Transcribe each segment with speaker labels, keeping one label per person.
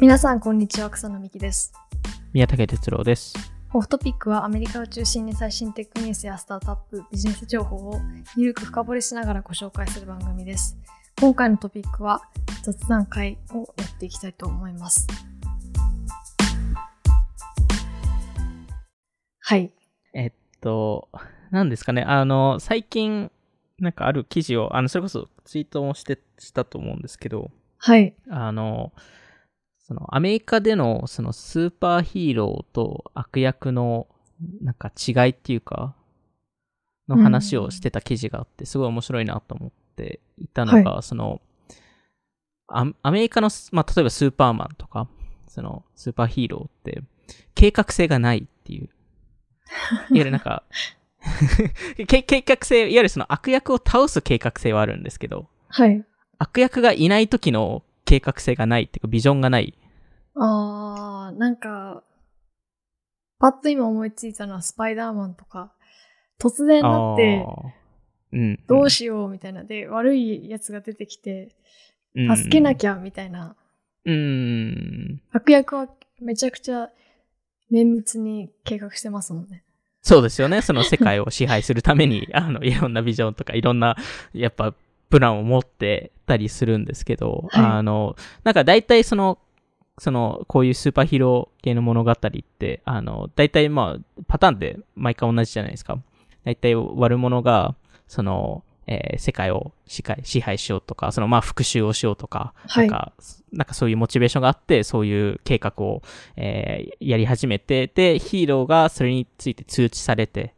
Speaker 1: 皆さん、こんにちは。草野美希です。
Speaker 2: 宮武哲郎です。
Speaker 1: オフトピックはアメリカを中心に最新テックニュースやスタートアップ、ビジネス情報をゆるく深掘りしながらご紹介する番組です。今回のトピックは雑談会をやっていきたいと思います。はい。
Speaker 2: えっと、何ですかね、あの、最近、なんかある記事を、あの、それこそツイートもして、したと思うんですけど、
Speaker 1: はい。
Speaker 2: あの、その、アメリカでの、その、スーパーヒーローと悪役の、なんか違いっていうか、の話をしてた記事があって、すごい面白いなと思っていたのが、その、アアメリカのス、まあ、例えばスーパーマンとか、その、スーパーヒーローって、計画性がないっていう。いわゆるなんか、 け計画性、いわゆるその悪役を倒す計画性はあるんですけど、
Speaker 1: はい。
Speaker 2: 悪役がいない時の計画性がないっていうか、ビジョンがない。
Speaker 1: あー、なんか、パッと今思いついたのはスパイダーマンとか、突然なって
Speaker 2: あー、うん。
Speaker 1: どうしようみたいな。で、悪いやつが出てきて、
Speaker 2: うん
Speaker 1: 助けなきゃみたいな。
Speaker 2: うん。
Speaker 1: 悪役はめちゃくちゃ綿密に計画してますもんね。
Speaker 2: そうですよね。その世界を支配するために、 あの、いろんなビジョンとか、いろんな、やっぱ、プランを持ってたりするんですけど、
Speaker 1: はい
Speaker 2: あの、なんか大体その、その、こういうスーパーヒーロー系の物語って、あの、大体まあ、パターンで毎回同じじゃないですか。大体悪者が、その、えー世界を支配支配しようとか、そのまあ復讐をしようとか、
Speaker 1: はい
Speaker 2: なんか、なんかそういうモチベーションがあって、そういう計画を、えーやり始めて、で、ヒーローがそれについて通知されて、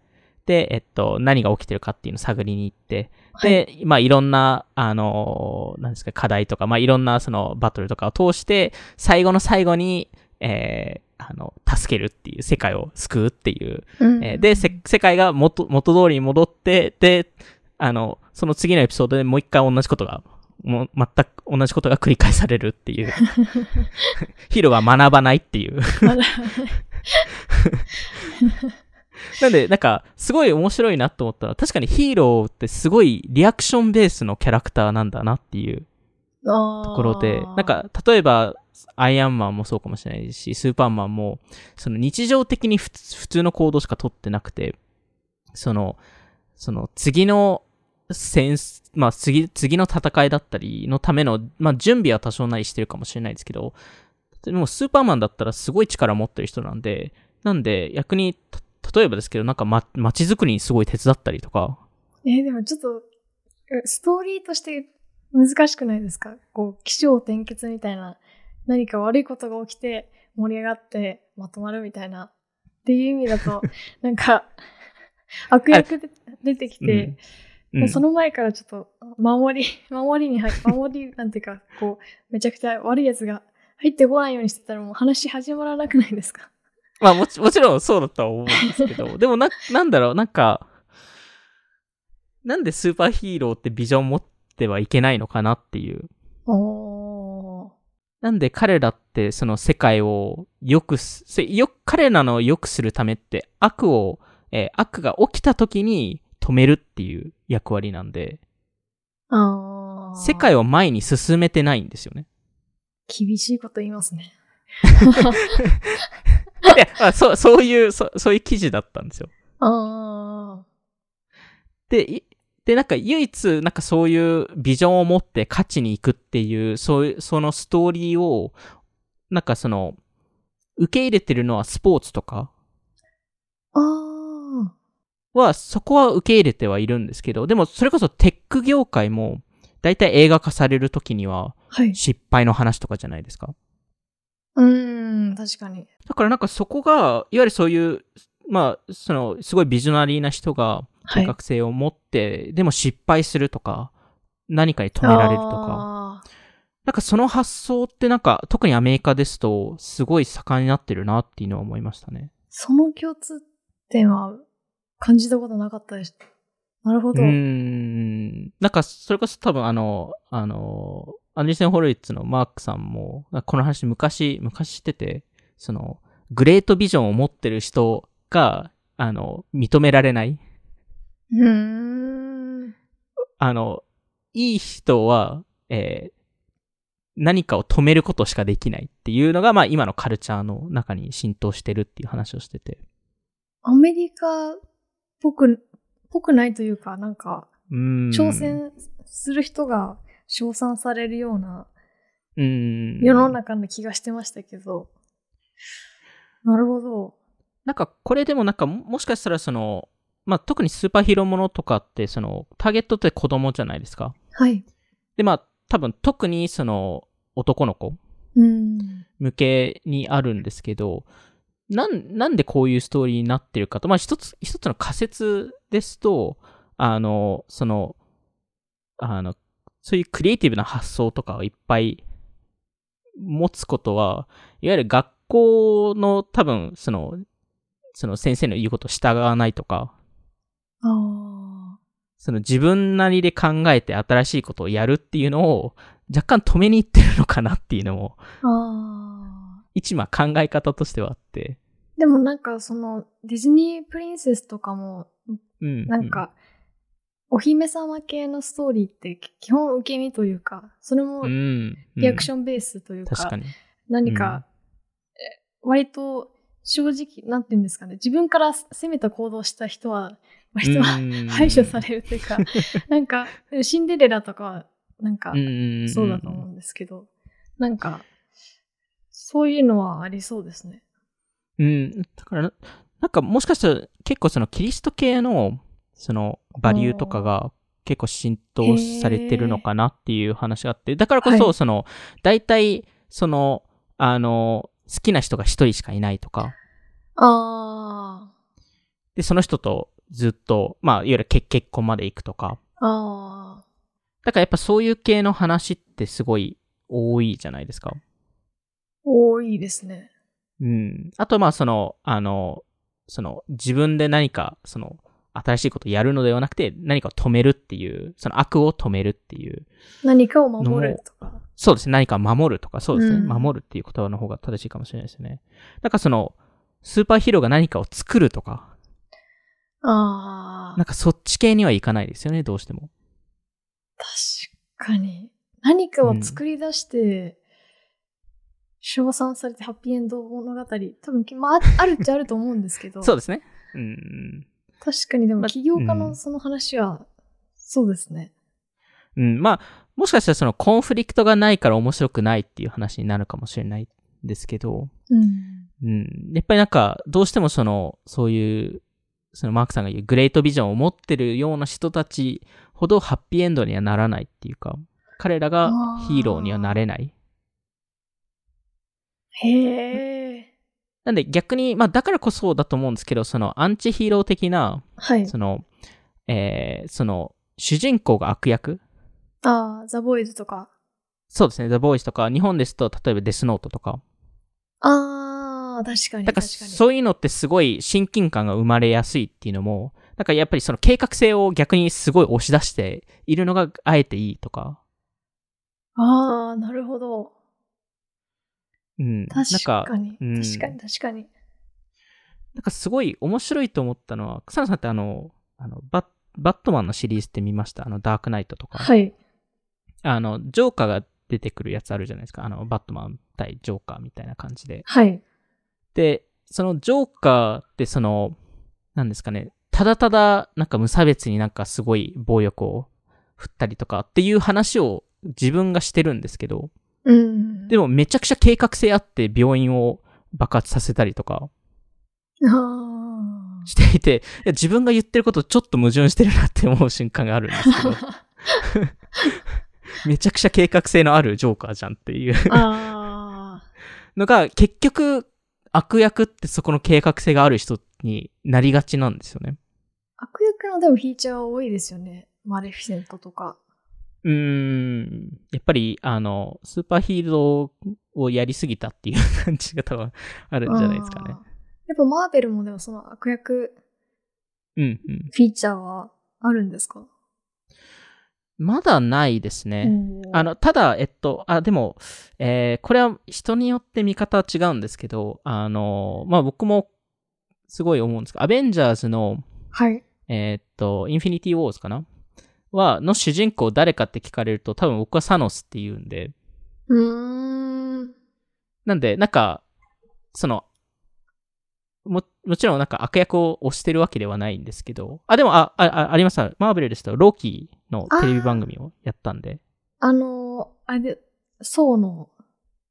Speaker 2: で、えっと、何が起きてるかっていうのを探りに行って、で、まあ、いろんな、あのー、なんですか、課題とか、まあ、いろんな、その、バトルとかを通して、最後の最後に、えーあの、助けるっていう、世界を救うっていう
Speaker 1: うん
Speaker 2: えーで、せ世界が元元通りに戻って、で、あの、その次のエピソードでもう一回同じことが、もう全く同じことが繰り返されるって いう。ヒーローは学ばないっていう。
Speaker 1: あら
Speaker 2: なんで、なんか、すごい面白いなと思ったら、確かにヒーローってすごいリアクションベースのキャラクターなんだなっていう
Speaker 1: と
Speaker 2: ところで、なん、か、例えば、アイアンマンもそうかもしれないし、スーパーマンも、その日常的にふつ普通の行動しか取ってなくて、その、その次の戦、まあ次、次の戦いだったりのための、まあ準備は多少なりしてるかもしれないですけど、でもスーパーマンだったらすごい力持ってる人なんで、なんで逆に、た例えばですけど、なんかま、街づくりにすごい手伝ったりとか、
Speaker 1: えーでもちょっと、えストーリーとして難しくないですかこう、起承転結みたいな、何か悪いことが起きて、盛り上がって、まとまるみたいな。っていう意味だ と、なんか、悪役で出てきて、
Speaker 2: うんうん
Speaker 1: その前からちょっと守り、 守り に入っ守りなんていうか、こう、めちゃくちゃ悪いやつが入ってこないようにしてたらもう話始まらなくないですか
Speaker 2: まあもちもちろんそうだとは思う んですけど、 でもな、なんだろう、なんか、なんでスーパーヒーローってビジョン持ってはいけないのかなっていう。
Speaker 1: おー。
Speaker 2: なんで彼らってその世界を良くす、せよ彼らの良くするためって悪を、えー悪が起きた時に止めるっていう役割なんで、
Speaker 1: あー。
Speaker 2: 世界を前に進めてないんですよね。
Speaker 1: 厳しいこと言いますね。
Speaker 2: いやあそう、そういうそ、そういう記事だったんですよ。
Speaker 1: あ
Speaker 2: で、いで、なんか唯一、なんかそういうビジョンを持って勝ちに行くっていう、そういう、そのストーリーを、なんかその、受け入れてるのはスポーツとか
Speaker 1: ー。あー。
Speaker 2: は、そこは受け入れてはいるんですけど、でもそれこそテック業界も、だいたい映画化されるときには
Speaker 1: はい。
Speaker 2: 失敗の話とかじゃないですか。
Speaker 1: うーん、確かに。
Speaker 2: だからなんかそこが、いわゆるそういう、まあ、その、すごいビジョナリーな人が、
Speaker 1: は
Speaker 2: 計
Speaker 1: い。
Speaker 2: 画性を持って、でも失敗するとか、何かに止められるとか。
Speaker 1: あー。
Speaker 2: なんかその発想ってなんか特にアメリカですとすごい盛んになってるなっていうのは思いましたね。
Speaker 1: その共通点は感じたことなかったです。なるほ
Speaker 2: う
Speaker 1: ど。
Speaker 2: ーん。なんかそれこそ多分あの、あの、アンディセン・ホルイッツのマークさんもなんかこの話昔、昔してて、そのグレートビジョンを持ってる人があの、認められない。
Speaker 1: うーん。
Speaker 2: あの、いい人は、えー何かを止めることしかできないっていうのが、まあ今のカルチャーの中に浸透してるっていう話をしてて。
Speaker 1: アメリカっぽく、ぽくないというか、なんか、
Speaker 2: うーん。
Speaker 1: 挑戦する人が称賛されるような
Speaker 2: うん。
Speaker 1: 世の中の気がしてましたけど。なるほど。
Speaker 2: なんかこれでもなんかももしかしたらその、まあ特にスーパーヒーローものとかって、そのターゲットって子供じゃないですか。
Speaker 1: はい。
Speaker 2: でまあ多分特にその男の子
Speaker 1: うん。
Speaker 2: 向けにあるんですけど、なん、なんでこういうストーリーになってるかと、まあ一つ、一つの仮説ですと、あの、その、あの、そういうクリエイティブな発想とかをいっぱい持つことは、いわゆる学校の多分、その、その先生の言うことを従わないとか、
Speaker 1: ああ。
Speaker 2: その自分なりで考えて新しいことをやるっていうのを若干止めに行ってるのかなっていうのも、
Speaker 1: ああ。
Speaker 2: 一番考え方としてはあって。
Speaker 1: でもなんかそのディズニープリンセスとかも
Speaker 2: うん。
Speaker 1: なんか、お姫様系のストーリーって基本受け身というか、それも
Speaker 2: うん、うん。
Speaker 1: リアクシ
Speaker 2: ョ
Speaker 1: ョンベースというか、
Speaker 2: 確かに。
Speaker 1: 何か、え割と正直、なんて言うんですかね、自分から攻めた行動した人は、割とは
Speaker 2: うん
Speaker 1: 排除されるという か、なんか、シンデレラとかは、なんか、
Speaker 2: うん
Speaker 1: そうだと思うんですけど、なんか、そういうのはありそうですね。
Speaker 2: うん。だから、なんかもしかしたら結構そのキリスト系の、そのバリューとかが結構浸透されてるのかなっていう話があって、だからこ
Speaker 1: は
Speaker 2: そ、
Speaker 1: い
Speaker 2: その、大体、その、あの、好きな人が一人しかいないとか、
Speaker 1: あ
Speaker 2: で、その人とずっと、まあ、いわゆる結結婚まで行くとか、
Speaker 1: あ、ああ、
Speaker 2: だからやっぱそういう系の話ってすごい多いじゃないですか。
Speaker 1: 多いですね。
Speaker 2: うん。あと、まあ、その、あの、その、自分で何か、その、新しいことをやるのではなくて、何かを止めるっていう、その悪を止めるっていう、
Speaker 1: 何かを守るとか。
Speaker 2: そうですね、何かを守るとか、そうですね、
Speaker 1: うん
Speaker 2: 守るっていう言葉の方が正しいかもしれないですね。だからその、スーパーヒーローが何かを作るとか、
Speaker 1: あ
Speaker 2: なん
Speaker 1: あ、
Speaker 2: かそっち系にはいかないですよね、どうしても。
Speaker 1: 確かに。何かを作り出して、称賛されてハッピーエンド物語、多分、まあ、あるっちゃあると思うんですけど、
Speaker 2: そうですね。うん。
Speaker 1: 確かにでも
Speaker 2: ま
Speaker 1: 起業家
Speaker 2: う
Speaker 1: の
Speaker 2: ん
Speaker 1: その話は、そうですね。
Speaker 2: うん、まあ、もしかしたらそのコンフリクトがないから面白くないっていう話になるかもしれないんですけど、
Speaker 1: うん。
Speaker 2: うん。やっぱりなんか、どうしてもその、そういう、そのマークさんが言うグレートビジョンを持ってるような人たちほどハッピーエンドにはならないっていうか、彼らがヒーローにはなれない。
Speaker 1: へえ。
Speaker 2: なんで逆に、まあだからこそだと思うんですけど、そのアンチヒーロー的な、
Speaker 1: はい。
Speaker 2: その、えー、その、主人公が悪役
Speaker 1: ああ、ザ・ボーイズとか。
Speaker 2: そうですね、ザ・ボーイズとか、日本ですと、例えばデスノートとか。
Speaker 1: ああ、確かに。
Speaker 2: だ
Speaker 1: 確
Speaker 2: か
Speaker 1: からに。
Speaker 2: そういうのってすごい親近感が生まれやすいっていうのも、なんかやっぱりその計画性を逆にすごい押し出しているのがあえていいとか。
Speaker 1: ああ、なるほど。
Speaker 2: うん。
Speaker 1: 確
Speaker 2: なん
Speaker 1: か
Speaker 2: か、
Speaker 1: に。
Speaker 2: うん
Speaker 1: 確かに、確かに。
Speaker 2: なんかすごい面白いと思ったのは、草野さんってあの、あのバッバットマンのシリーズって見ましたあの、ダークナイトとか。
Speaker 1: はい。
Speaker 2: あの、ジョーカーが出てくるやつあるじゃないですか。あの、バットマン対ジョーカーみたいな感じで。
Speaker 1: はい。
Speaker 2: で、そのジョーカーってその、なんですかね、ただただなんか無差別になんかすごい暴力を振ったりとかっていう話を自分がしてるんですけど、
Speaker 1: うん。
Speaker 2: でもめちゃくちゃ計画性あって病院を爆発させたりとか
Speaker 1: ああ。
Speaker 2: していて、いや自分が言ってることちょっと矛盾してるなって思う瞬間があるんですけど、めちゃくちゃ計画性のあるジョーカーじゃんっていう
Speaker 1: ああ。
Speaker 2: のが結局悪役ってそこの計画性がある人になりがちなんですよね。
Speaker 1: 悪役のでもフィーチャーは多いですよね。マレフィセントとか。
Speaker 2: うーん。やっぱり、あの、スーパーヒーローをやりすぎたっていう感じが多分あるんじゃないですかね
Speaker 1: あー。やっぱマーベルもでもその悪役
Speaker 2: うんうん。
Speaker 1: フィーチャーはあるんですか
Speaker 2: まだないですね。あの、ただ、えっと、あ、でも、えーこれは人によって見方は違うんですけど、あの、まあ僕もすごい思うんですけど、アベンジャーズの、
Speaker 1: はい。
Speaker 2: えーっと、インフィニティ・ウォーズかなは、の主人公誰かって聞かれると、多分僕はサノスって言うんで、
Speaker 1: うーん。
Speaker 2: なんで、なんか、その、も、もちろんなんか悪役を推してるわけではないんですけど、あ、でも、あ、あ、あありました。マーベルですと、ローキーのテレビ番組をやったんで。
Speaker 1: あのー、あれで、宋の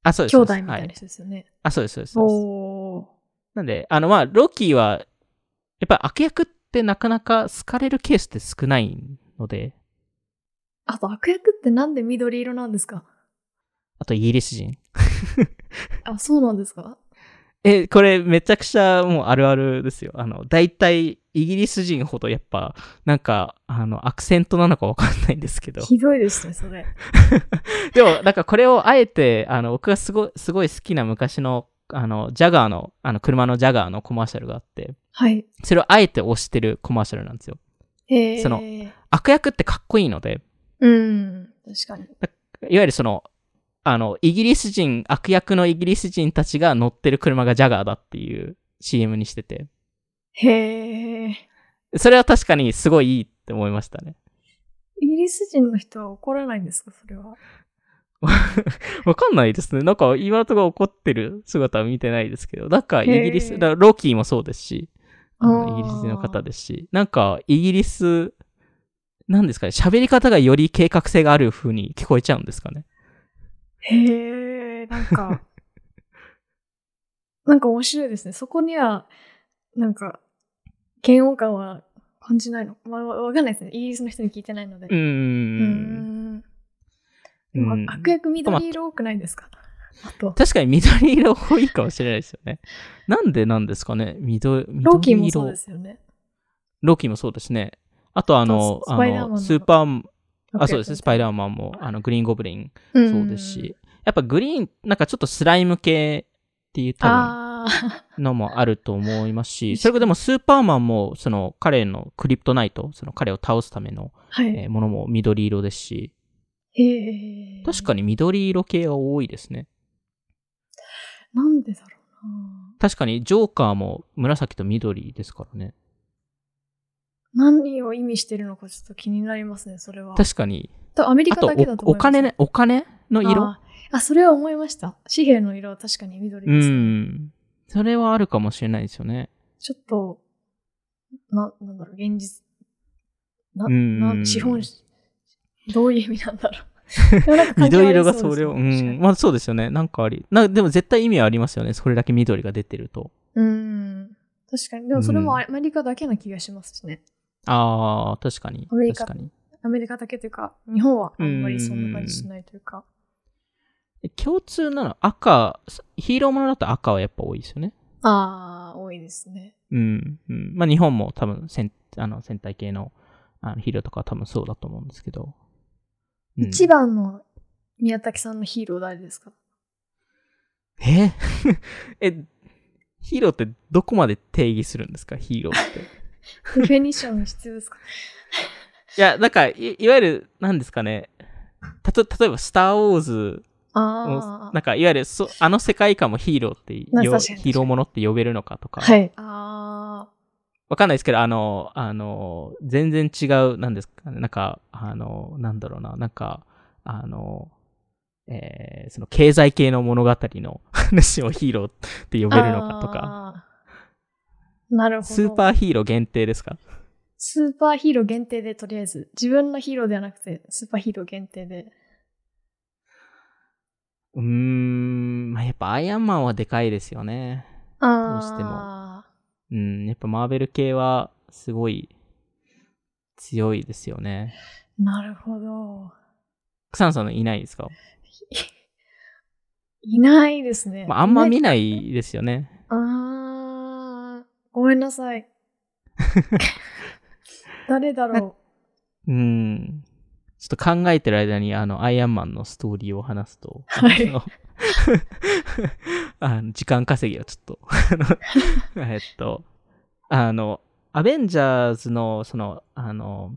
Speaker 2: あそうです。
Speaker 1: 兄弟み
Speaker 2: は。
Speaker 1: たいない人ですよね。
Speaker 2: あ、そうです、そうです。そうです
Speaker 1: おー。
Speaker 2: なんで、あの、まあ、ロッキーは、やっぱ悪役ってなかなか好かれるケースって少ないので、
Speaker 1: あと悪役ってなんで緑色なんですか
Speaker 2: あとイギリス人。
Speaker 1: あ、そうなんですか
Speaker 2: え、これめちゃくちゃもうあるあるですよ。あの、大体イギリス人ほどやっぱ、なんか、あの、アクセントなのかわかんないんですけど。
Speaker 1: ひどいですね、それ。
Speaker 2: でも、なんかこれをあえて、あの、僕がすごい、すごい好きな昔の、あの、ジャガーの、あの、車のジャガーのコマーシャルがあって、
Speaker 1: はい。
Speaker 2: それをあえて推してるコマーシャルなんですよ。
Speaker 1: えー、
Speaker 2: その悪役ってかっこいいので、
Speaker 1: うん。確かに。
Speaker 2: いわゆるその、あの、イギリス人、悪役のイギリス人たちが乗ってる車がジャガーだっていう CM にしてて、
Speaker 1: へえ。
Speaker 2: それは確かにすごいいいって思いましたね。
Speaker 1: イギリス人の人は怒らないんですかそれは。
Speaker 2: わかんないですね。なんか今のところ怒ってる姿は見てないですけど、なんかイギリス、
Speaker 1: へー
Speaker 2: だからロキーもそうですし、あ
Speaker 1: あー
Speaker 2: のイギリス人の方ですし、なんかイギリス、なんですかね、喋り方がより計画性がある風に聞こえちゃうんですかね。
Speaker 1: へえ、なんか、 なんか面白いですね。そこには、なんか、嫌悪感は感じないの。まあ、わわかんないですね。イギリスの人に聞いてないので。
Speaker 2: うー。
Speaker 1: うんん。で
Speaker 2: う
Speaker 1: も
Speaker 2: ん
Speaker 1: 悪役緑色多くないですかあと、
Speaker 2: 確かに緑色多いかもしれないですよね。なんでなんですかね緑、緑色。
Speaker 1: ローキーもそうですよね。
Speaker 2: ロキもそうですね。あとあの、
Speaker 1: あス
Speaker 2: あ
Speaker 1: パイダーマンの
Speaker 2: の、スーパー、あ、
Speaker 1: 悪役
Speaker 2: そうですね、スパイダーマンも、あの、グリーンゴブリン、
Speaker 1: うん
Speaker 2: そうですし、やっぱグリーン、なんかちょっとスライム系っていう多分
Speaker 1: ああ、
Speaker 2: のもあると思います
Speaker 1: 確か
Speaker 2: し、
Speaker 1: に
Speaker 2: それこそでもスーパーマンも、その彼のクリプトナイト、その彼を倒すための、
Speaker 1: は
Speaker 2: え
Speaker 1: い。
Speaker 2: ーものも緑色ですし、
Speaker 1: へえ。
Speaker 2: 確かに緑色系が多いですね。
Speaker 1: なんでだろうな。
Speaker 2: 確かにジョーカーも紫と緑ですからね。
Speaker 1: 何を意味してるのかちょっと気になりますね、それは。
Speaker 2: 確かに。
Speaker 1: とアメリ
Speaker 2: あ
Speaker 1: カ
Speaker 2: と
Speaker 1: だけだと思
Speaker 2: お、お
Speaker 1: いますね、
Speaker 2: 金ね、お金の色
Speaker 1: あーあそれは思いました。紙幣の色は確かに緑
Speaker 2: う
Speaker 1: です、
Speaker 2: ん。それはあるかもしれないですよね。
Speaker 1: ちょっと、な、なんだろう、現実、な、
Speaker 2: うん
Speaker 1: な、資本、どういう意味なんだろ う。でもなんか関係
Speaker 2: 緑色
Speaker 1: あ
Speaker 2: が
Speaker 1: りう
Speaker 2: そ
Speaker 1: です
Speaker 2: れ
Speaker 1: ね
Speaker 2: を、うん。まあそうですよね。なんかあり。なでも絶対意味はありますよね。それだけ緑が出てると。
Speaker 1: うん。確かに。でもそれもアメリカだけな気がしますしね。
Speaker 2: ああ、確かに。
Speaker 1: アメリカ
Speaker 2: 確かに。
Speaker 1: アメリカだけというか、日本はあんまりそんな感じしないというか。
Speaker 2: 共通なの、赤、ヒーローものだと赤はやっぱ多いですよね。
Speaker 1: ああ、多いですね。
Speaker 2: うん。うん、まあ日本も多分戦、あの戦隊系のあのヒーローとかは多分そうだと思うんですけど。うん
Speaker 1: 一番の宮崎さんのヒーロー誰ですか
Speaker 2: え え、ヒーローってどこまで定義するんですかヒーロー って。
Speaker 1: ディフェニッション必要ですか
Speaker 2: いや、なんか、いいわゆる、なんですかね。たと、例えば、スター・ウォーズ
Speaker 1: あ
Speaker 2: の、
Speaker 1: あ
Speaker 2: なん。か、いわゆるそ、あの世界観もヒーローって、
Speaker 1: まあ
Speaker 2: よ
Speaker 1: 確かに
Speaker 2: ヒーローものって呼べるのかとか、
Speaker 1: はい。ああ。
Speaker 2: わかんないですけど、あの、あの、全然違う、なんですかね、なんか、あの、なんだろうな、なんか、あの、えーその経済系の物語の 話をヒーローって呼べるのかとか、
Speaker 1: あー。なるほど。
Speaker 2: スーパーヒーロー限定ですか
Speaker 1: スーパーヒーロー限定でとりあえず、自分のヒーローではなくて、スーパーヒーロー限定で。
Speaker 2: うーん、まあ、やっぱアイアンマンはでかいですよね。
Speaker 1: ああ。
Speaker 2: どうしてもうん、やっぱマーベル系はすごい強いですよね。
Speaker 1: なるほど。
Speaker 2: 草野さんのいないですか、
Speaker 1: いないですね。
Speaker 2: まあ、あんま見
Speaker 1: い。
Speaker 2: ないいですよね。
Speaker 1: ああ。ごめんなさ い。誰だろ
Speaker 2: うん。ちょっと考えてる間に、あの、アイアンマンのストーリーを話すと、
Speaker 1: はい
Speaker 2: あの あの時間稼ぎはちょっと、 あのえっと、あの、アベンジャーズの、その、あの、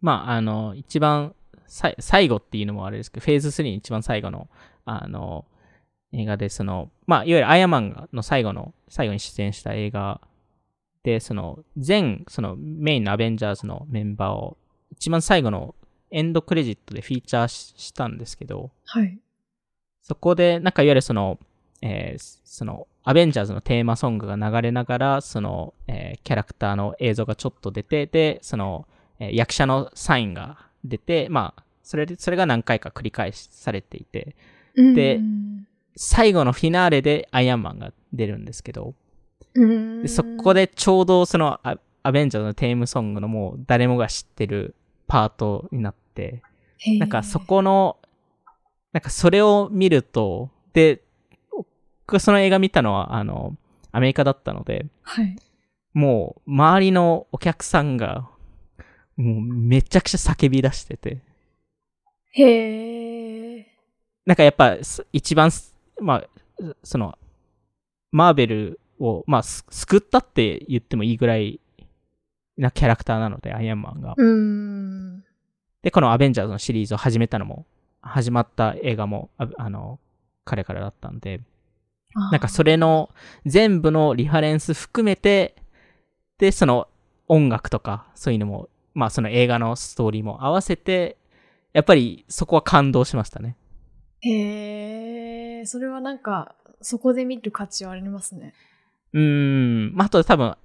Speaker 2: まあ、あの、一番さい最後っていうのもあれですけど、フェーズ3の一番最後の、あの、映画で、その、まあ、いわゆるアイアンマンの最後の、最後に出演した映画で、その、全、その、メインのアベンジャーズのメンバーを、一番最後のエンドクレジットでフィーチャーししたんですけど、
Speaker 1: う。はい。
Speaker 2: そこで、なんかいわゆるその、えーその、アベンジャーズのテーマソングが流れながら、その、えーキャラクターの映像がちょっと出て、で、その、えー役者のサインが出て、まあ、それで、それが何回か繰り返しされていて、で
Speaker 1: うん
Speaker 2: 最後のフィナーレでアイアンマンが出るんですけど、
Speaker 1: うん
Speaker 2: でそこでちょうどそのアアベンジャーズのテーマソングのもう誰もが知ってるパートになって、
Speaker 1: へー
Speaker 2: なんかそこの、なんかそれを見ると、で、僕がその映画見たのは、あの、アメリカだったので、
Speaker 1: はい
Speaker 2: もう周りのお客さんが、もうめちゃくちゃ叫び出してて、
Speaker 1: へえ
Speaker 2: なんかやっぱす一番す、まあ、その、マーベルを、まあ、す救ったって言ってもいいぐらいなキャラクターなので、アイアンマンが。
Speaker 1: うん
Speaker 2: で、このアベンジャーズのシリーズを始めたのも、始まった映画も、ああの、彼からだったんで、なんかそれの全部のリファレンス含めて、で、その音楽とか、そういうのも、まあその映画のストーリーも合わせて、やっぱりそこは感動しましたね。
Speaker 1: へえそれはなんかそこで見る価値はありますね
Speaker 2: うーん、まあ、あと多分、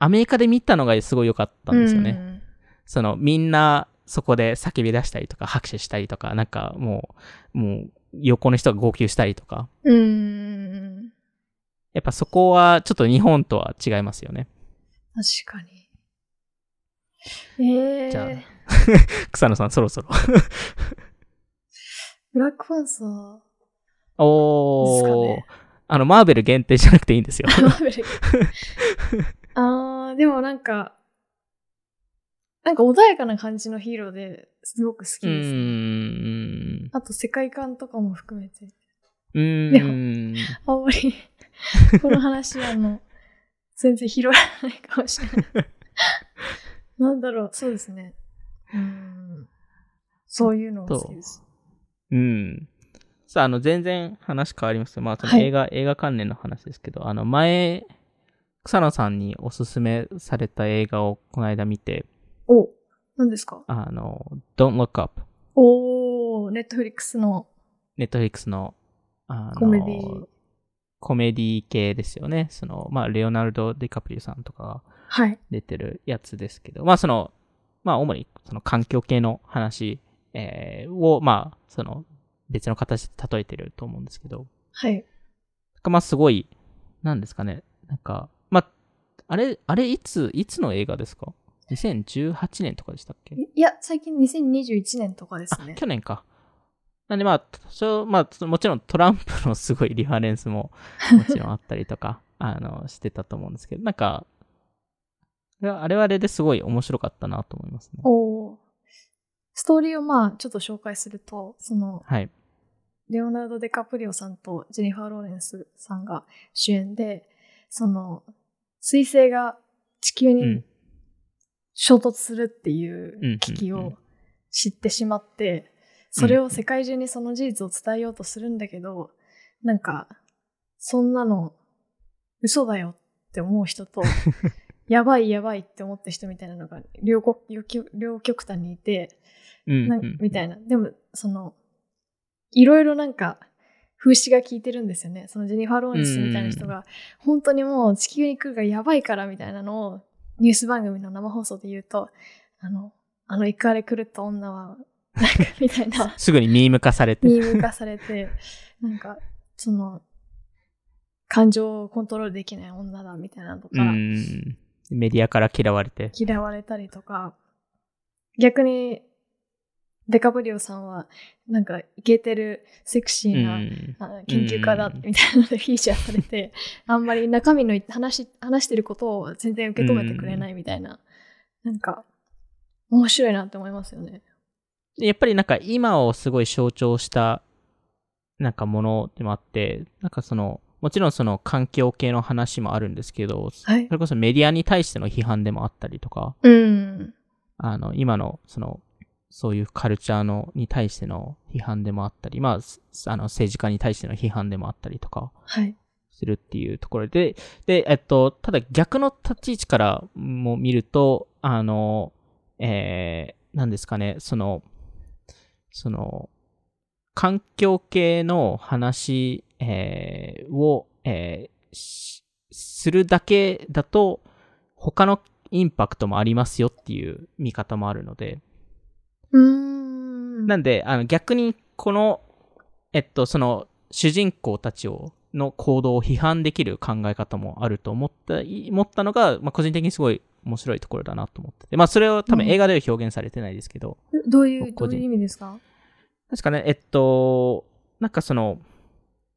Speaker 2: アメリカで見たのがすごい良かったんですよね。その、みんな、そこで叫び出したりとか、拍手したりとか、なんかもう、もう、横の人が号泣したりとか。
Speaker 1: うんうん
Speaker 2: やっぱそこは、ちょっと日本とは違いますよね。
Speaker 1: 確かにええ
Speaker 2: じゃあ草野さん、そろそろ。
Speaker 1: ブラックパンサー
Speaker 2: おー。
Speaker 1: です
Speaker 2: あの、マーベル限定じゃなくていいんですよ。
Speaker 1: マーベル。 あー、でもなんか、なんか穏やかな感じのヒーローですごく好
Speaker 2: う
Speaker 1: き
Speaker 2: ー
Speaker 1: です、
Speaker 2: ん。
Speaker 1: あと世界観とかも含めて。
Speaker 2: うーん。
Speaker 1: あんま り、この話、あの、全然拾わないかもしれない。 なんだろう、そうですね。うん。そういうのが好きです。
Speaker 2: うん。さあ、あの、全然話変わりますけど、まあ、その
Speaker 1: はい
Speaker 2: 映画、映画関連の話ですけど、あの、前、草野さんにおすすめされた映画をこの間見て、
Speaker 1: お何ですか
Speaker 2: あの、Don't Look Up、
Speaker 1: おー、ネットフリックスの、
Speaker 2: Netflix の、あの、
Speaker 1: コメディ
Speaker 2: コメディ系ですよね。その、まあ、レオナルド・ディカプリオさんとかが
Speaker 1: はい。
Speaker 2: 出てるやつですけど、まあ、その、まあ、主に、その、環境系の話、えーを、まあ、その、別の形で例えてると思うんですけど、
Speaker 1: はい。
Speaker 2: まあすごい、なんですかね。なんか、まあ、あれ、あれいつ、いつの映画ですか ?2018 年とかでしたっけ
Speaker 1: いや、最近2021年とかです
Speaker 2: あ、
Speaker 1: ね。
Speaker 2: 去年か。なんでまあ、多少、まあその、もちろんトランプのすごいリファレンス も、もちろんあったりとか、あの、してたと思うんですけど、なんか、あれはあれですごい面白かったなと思いますね。
Speaker 1: おーストーリーをまあちょっと紹介するとその
Speaker 2: はい。
Speaker 1: レオナルド・デカプリオさんとジェニファー・ローレンスさんが主演でその彗星が地球
Speaker 2: う
Speaker 1: に
Speaker 2: ん。
Speaker 1: 衝突するってい
Speaker 2: うん
Speaker 1: う危機
Speaker 2: うんうん
Speaker 1: を知ってしまってそれを世界中にその事実を伝えようとするんだけどなんかそんなの嘘だよって思う人 とやばいやばいって思った人みたいなのが両国両極端にいて
Speaker 2: うん
Speaker 1: な
Speaker 2: うん
Speaker 1: みたいな。でも、その、いろいろなんか、風刺が効いてるんですよね。そのジェニファー・ローレンスみたいな人が、本当にもう地球に来るがやばいからみたいなのを、ニュース番組の生放送で言うと、あの、あの、イカれ狂った女は、なんか、みたいな。
Speaker 2: すぐにミーム化されて。
Speaker 1: ミーム化されて、なんか、その、感情をコントロールできない女だみたいなのとか、
Speaker 2: うん。メディアから嫌われて。
Speaker 1: 嫌われたりとか、逆に、デカブリオさんは、なんか、イケてるセクシ
Speaker 2: う
Speaker 1: ーな、
Speaker 2: ん。
Speaker 1: あ研究家だ、
Speaker 2: うん
Speaker 1: みたいなのでフィーチャーされて、 あんまり中身の話し、話してることを全然受け止めてくれないみたいな、なんか、面白いなって思いますよね。
Speaker 2: やっぱりなんか今をすごい象徴したなんかものでもあって、なんかその、もちろんその環境系の話もあるんですけど、そ
Speaker 1: はい。
Speaker 2: れこそメディアに対しての批判でもあったりとか、
Speaker 1: うん。
Speaker 2: あの、今のその、そういうカルチャーのに対しての批判でもあったり、まあす、あの政治家に対しての批判でもあったりとか
Speaker 1: はい。
Speaker 2: するっていうところで、で、えっと、ただ逆の立ち位置からも見ると、あの、えー、なんですかね、その、その、環境系の話、えーを、えーしするだけだと、他のインパクトもありますよっていう見方もあるので、
Speaker 1: うーん。
Speaker 2: なんで、あの、逆に、この、えっと、その、主人公たちを、の行動を批判できる考え方もあると思った、い思ったのが、まあ、個人的にすごい面白いところだなと思ってて。まあ、それを多分
Speaker 1: うん
Speaker 2: 映画では表現されてないですけど、
Speaker 1: えどういう、ど
Speaker 2: 個人
Speaker 1: ういう意味ですか
Speaker 2: 確かね、えっと、なんかその、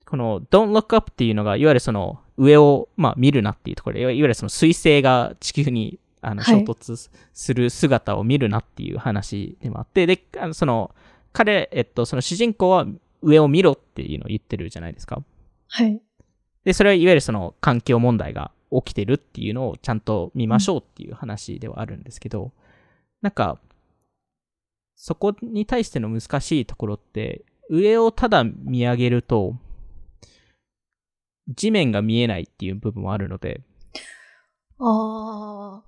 Speaker 2: この、don't look up っていうのが、いわゆるその、上を、まあ、見るなっていうところで、いわいわゆるその、彗星が地球に、あの、
Speaker 1: は
Speaker 2: 衝
Speaker 1: い
Speaker 2: 突する姿を見るなっていう話でもあって、で、あのその、彼、えっと、その主人公は、上を見ろっていうのを言ってるじゃないですか。
Speaker 1: はい。
Speaker 2: で、それはいわゆるその、環境問題が起きてるっていうのをちゃんと見ましょうっていう話ではあるんですけど、なんか、そこに対しての難しいところって、上をただ見上げると、地面が見えないっていう部分もあるので、
Speaker 1: ああ。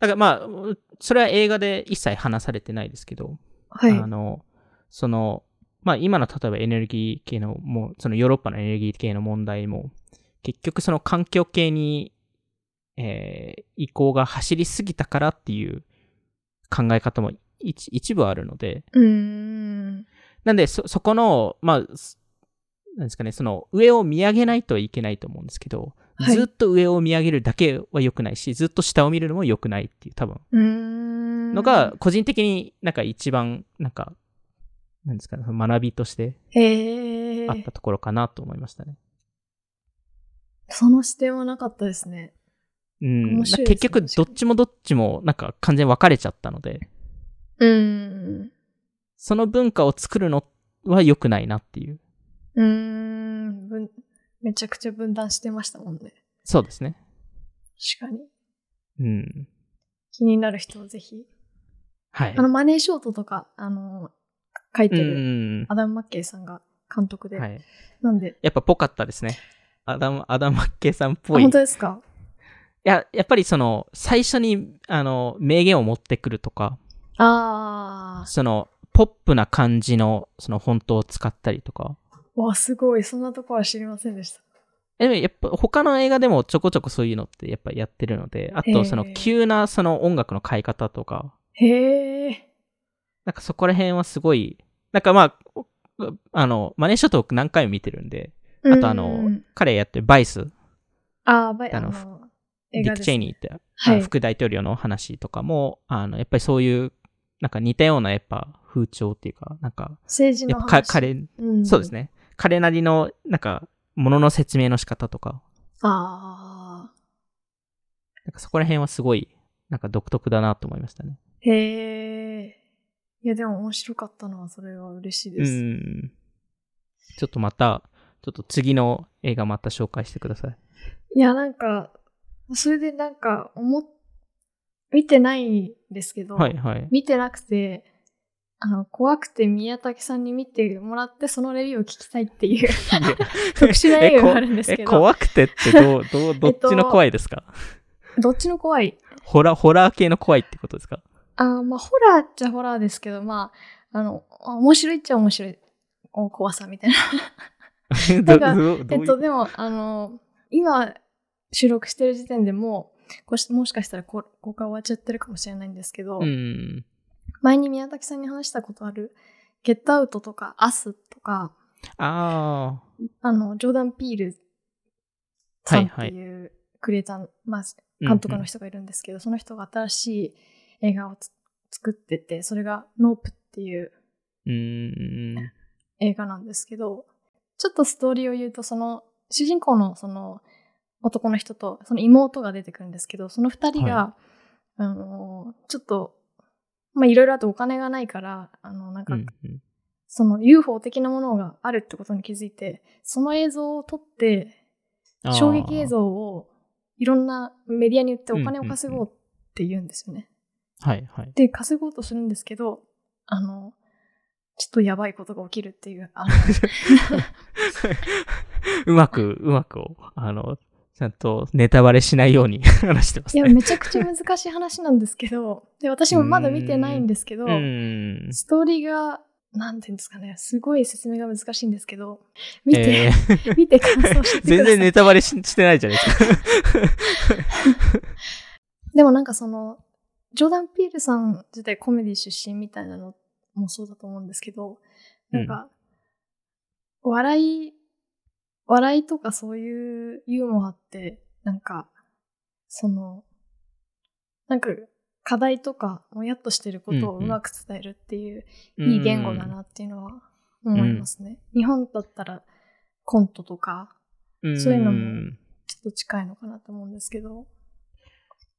Speaker 2: だからまあ、それは映画で一切話されてないですけど、
Speaker 1: はい。
Speaker 2: あの、その、まあ今の例えばエネルギー系の、もうそのヨーロッパのエネルギー系の問題も、結局その環境系に、えー移行が走りすぎたからっていう考え方も一一部あるので、
Speaker 1: うーん。
Speaker 2: なんで、そ、そこの、まあ、すなんですかね、その、上を見上げないといけないと思うんですけど、
Speaker 1: はい
Speaker 2: ずっと上を見上げるだけは良くないし、ずっと下を見るのも良くないっていう、多分、
Speaker 1: うーん。
Speaker 2: のが、、個人的になんか一番、なんか、なんですかね、その学びとして
Speaker 1: ええ
Speaker 2: あったところかなと思いましたね。
Speaker 1: その視点はなかったですね。
Speaker 2: うん。
Speaker 1: 面白いですね
Speaker 2: 結局、どっちもどっちも、なんか完全に分かれちゃったので、
Speaker 1: うーん。
Speaker 2: その文化を作るのは良くないなっていう。
Speaker 1: うーん。分めちゃくちゃ分断してましたもんね。
Speaker 2: そうですね。
Speaker 1: 確かに。
Speaker 2: うん。
Speaker 1: 気になる人はぜひ。
Speaker 2: はい。
Speaker 1: あの、マネーショートとか、あの、書いて
Speaker 2: う
Speaker 1: る、
Speaker 2: ん。
Speaker 1: アダム・マッケイさんが監督で。
Speaker 2: はい。
Speaker 1: なんで、
Speaker 2: やっぱぽかったですね。アダム、アダム・マッケイさんっ
Speaker 1: あ
Speaker 2: ぽい。い
Speaker 1: 本当ですか
Speaker 2: や、やっぱりその、最初に、あの、名言を持ってくるとか、
Speaker 1: あ
Speaker 2: その、ポップな感じの、その、フォントを使ったりとか。
Speaker 1: あ。わ、すごい。そんなとこは知りませんでした。
Speaker 2: えでもやっぱ、他の映画でもちょこちょこそういうのってやっぱやってるので、あ
Speaker 1: へー
Speaker 2: と、その、急な、その、音楽の変え方とか、
Speaker 1: へえ。
Speaker 2: なんかそこら辺はすごい、なんかまあ、あの、マネーショットを何回も見てるんで、あとあ
Speaker 1: う
Speaker 2: の
Speaker 1: ん、
Speaker 2: 彼やってるバイス、
Speaker 1: ああ、バイ
Speaker 2: あ
Speaker 1: あ
Speaker 2: の
Speaker 1: の、
Speaker 2: デ
Speaker 1: 映
Speaker 2: ィ
Speaker 1: 画
Speaker 2: ック・
Speaker 1: です
Speaker 2: チェイニーって、
Speaker 1: はい
Speaker 2: あの副大統領の話とかも、あの、やっぱりそういう、なんか似たようなやっぱ風潮っていうか、なんか、
Speaker 1: 政治
Speaker 2: や
Speaker 1: の
Speaker 2: っぱ
Speaker 1: 話。
Speaker 2: か彼、
Speaker 1: うん
Speaker 2: そうです。ね。彼なりの、なんか、ものの説明の仕方とか、
Speaker 1: ああ。
Speaker 2: なんかそこら辺はすごい、なんか独特だなと思いましたね。
Speaker 1: へえ。いや、でも面白かったのは、それは嬉しいうです。
Speaker 2: ん。ちょっとまた、ちょっと次の映画また紹介してください。
Speaker 1: いや、なんか、それでなんか、思っ、見てないんですけど、
Speaker 2: はいはい。
Speaker 1: 見てなくて、あの、怖くて宮武さんに見てもらって、そのレビューを聞きたいって いう 特殊なレビューがあるんですけ
Speaker 2: え、
Speaker 1: ど、
Speaker 2: 怖くてって どう、どう、どっちの怖いですか、
Speaker 1: どっちの怖い
Speaker 2: ホラー、ホラー系の怖いってことですか
Speaker 1: あーまあ、ホラーっちゃホラーですけど、まあ、あの、面白いっちゃ面白い、お怖さみたいな。
Speaker 2: ど
Speaker 1: か
Speaker 2: どど
Speaker 1: え
Speaker 2: う
Speaker 1: っと、でも、あの、今、収録してる時点でもう、こうしもしかしたらこ公開終わっちゃってるかもしれないんですけど、
Speaker 2: うん。
Speaker 1: 前に宮崎さんに話したことある、ゲットアウトとか、アスとか、
Speaker 2: ああ。
Speaker 1: あの、ジョーダン・ピールさんっていうクリエイターの、まあ、監督の人がいるんですけど、その人が新しい映画をつ作ってて、それがノープっていう
Speaker 2: うんうんうん。
Speaker 1: 映画なんですけど、ちょっとストーリーを言うと、その、主人公のその男の人と、その妹が出てくるんですけど、その二人が、あの、ちょっと、まあ、いろいろあってお金がないから、あの、なん
Speaker 2: う
Speaker 1: か、
Speaker 2: んうん
Speaker 1: その UFO 的なものがあるってことに気づいて、その映像を撮って、
Speaker 2: あー
Speaker 1: 衝撃映像をいろんなメディアに売ってお金を稼ごうって言うんですよね。
Speaker 2: はいはい。
Speaker 1: で、稼ごうとするんですけど、あの、ちょっとやばいことが起きるっていう、あの
Speaker 2: うまく、うまくを、あの、ちゃんとネタバレしないように 話してます
Speaker 1: いや、
Speaker 2: ね。
Speaker 1: めちゃくちゃ難しい話なんですけど、で、私もまだ見てないんですけど、
Speaker 2: うん。
Speaker 1: ストーリーがなんていうんですかね、すごい説明が難しいんですけど、見
Speaker 2: え
Speaker 1: て、
Speaker 2: ー
Speaker 1: 見て感想を教えてください。
Speaker 2: 全然ネタバレししてないじゃないですか。
Speaker 1: でもなんかその、ジョーダン・ピールさん自体コメディ出身みたいなのもそうだと思うんですけど、なんか、笑い、笑いとかそういうユーモアって、なんか、その、なんか、課題とか、もやっとしてることを
Speaker 2: うんう
Speaker 1: うんまく伝えるっていう、いい言語だなっていうのは思いますね。日本だったら、コントとか、
Speaker 2: うん。
Speaker 1: そういうのも
Speaker 2: ん
Speaker 1: ちょっと近いのかなと思うんですけど、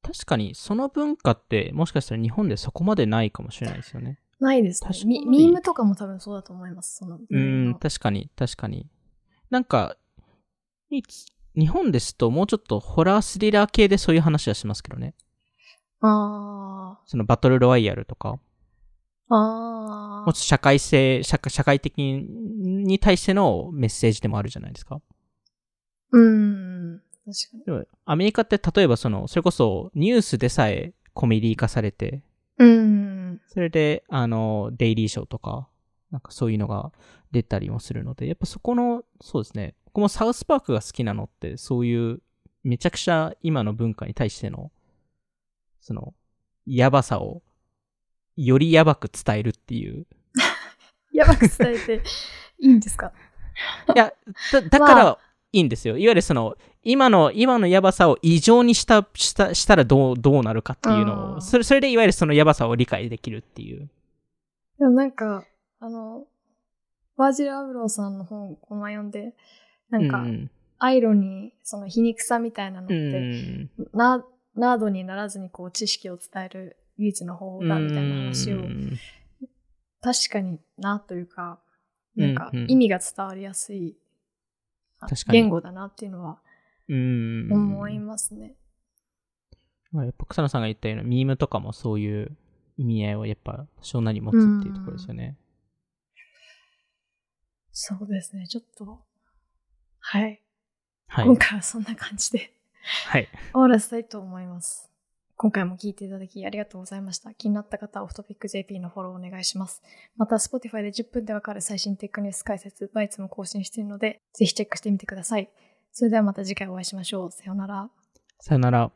Speaker 2: 確かに、その文化って、もしかしたら日本でそこまでないかもしれないですよね。
Speaker 1: ないですね
Speaker 2: 確。かに
Speaker 1: ミミームとかも多分そうだと思います。その
Speaker 2: う
Speaker 1: あ
Speaker 2: ん、
Speaker 1: の
Speaker 2: 確かに、確かに。なんか、いつ日本ですと、もうちょっとホラースリラー系でそういう話はしますけどね。
Speaker 1: あ
Speaker 2: そのバトルロワイヤルとか、も
Speaker 1: ー。あ
Speaker 2: うちょっと
Speaker 1: ー。
Speaker 2: 社会性、社会社会的に対してのメッセージでもあるじゃないですか。
Speaker 1: うん。確かに。
Speaker 2: でも、アメリカって例えばその、それこそニュースでさえコメディ化されて、
Speaker 1: うん。
Speaker 2: それで、あの、デイリーショーとか、なんかそういうのが出たりもするので、やっぱそこの、そうですね、僕もサウスパークが好きなのって、そういう、めちゃくちゃ今の文化に対しての、その、やばさを、よりやばく伝えるっていう。
Speaker 1: やばく伝えていいん ですか
Speaker 2: いや、だだから、
Speaker 1: ま
Speaker 2: いいんですよ。いわゆるその、今の、今のやばさを異常にした、した、したらどう、どうなるかっていう
Speaker 1: あー
Speaker 2: のを、それ、それでいわゆるそのやばさを理解できるっていう。
Speaker 1: でもなんか、あの、バージル・アブローさんの本、この前読んで、なんか、
Speaker 2: うん
Speaker 1: アイロニー、その皮肉さみたいなのっ
Speaker 2: う
Speaker 1: て、
Speaker 2: ん。
Speaker 1: な、ナードにならずにこう知識を伝える唯一の方法だみたいな話を
Speaker 2: う、ん
Speaker 1: 確かになというか、なんか
Speaker 2: うんうん
Speaker 1: 意味が伝わりやすい、あ
Speaker 2: 確かに
Speaker 1: 言語だなっていうのは
Speaker 2: うん。
Speaker 1: 思いますね。
Speaker 2: まあやっぱ草野さんが言ったようなミームとかもそういう意味合いをやっぱ多少なり持つっていうところですよね。
Speaker 1: そうですね、ちょっと。はい。
Speaker 2: はい。
Speaker 1: 今回はそんな感じで
Speaker 2: はい。
Speaker 1: 終わらせたいと思います。今回も聞いていただきありがとうございました。気になった方はオフトピック JP のフォローお願いします。また、Spotify で10分でわかる最新テックニュース解説、バイツも更新しているので、ぜひチェックしてみてください。それではまた次回お会いしましょう。さようなら。
Speaker 2: さよなら。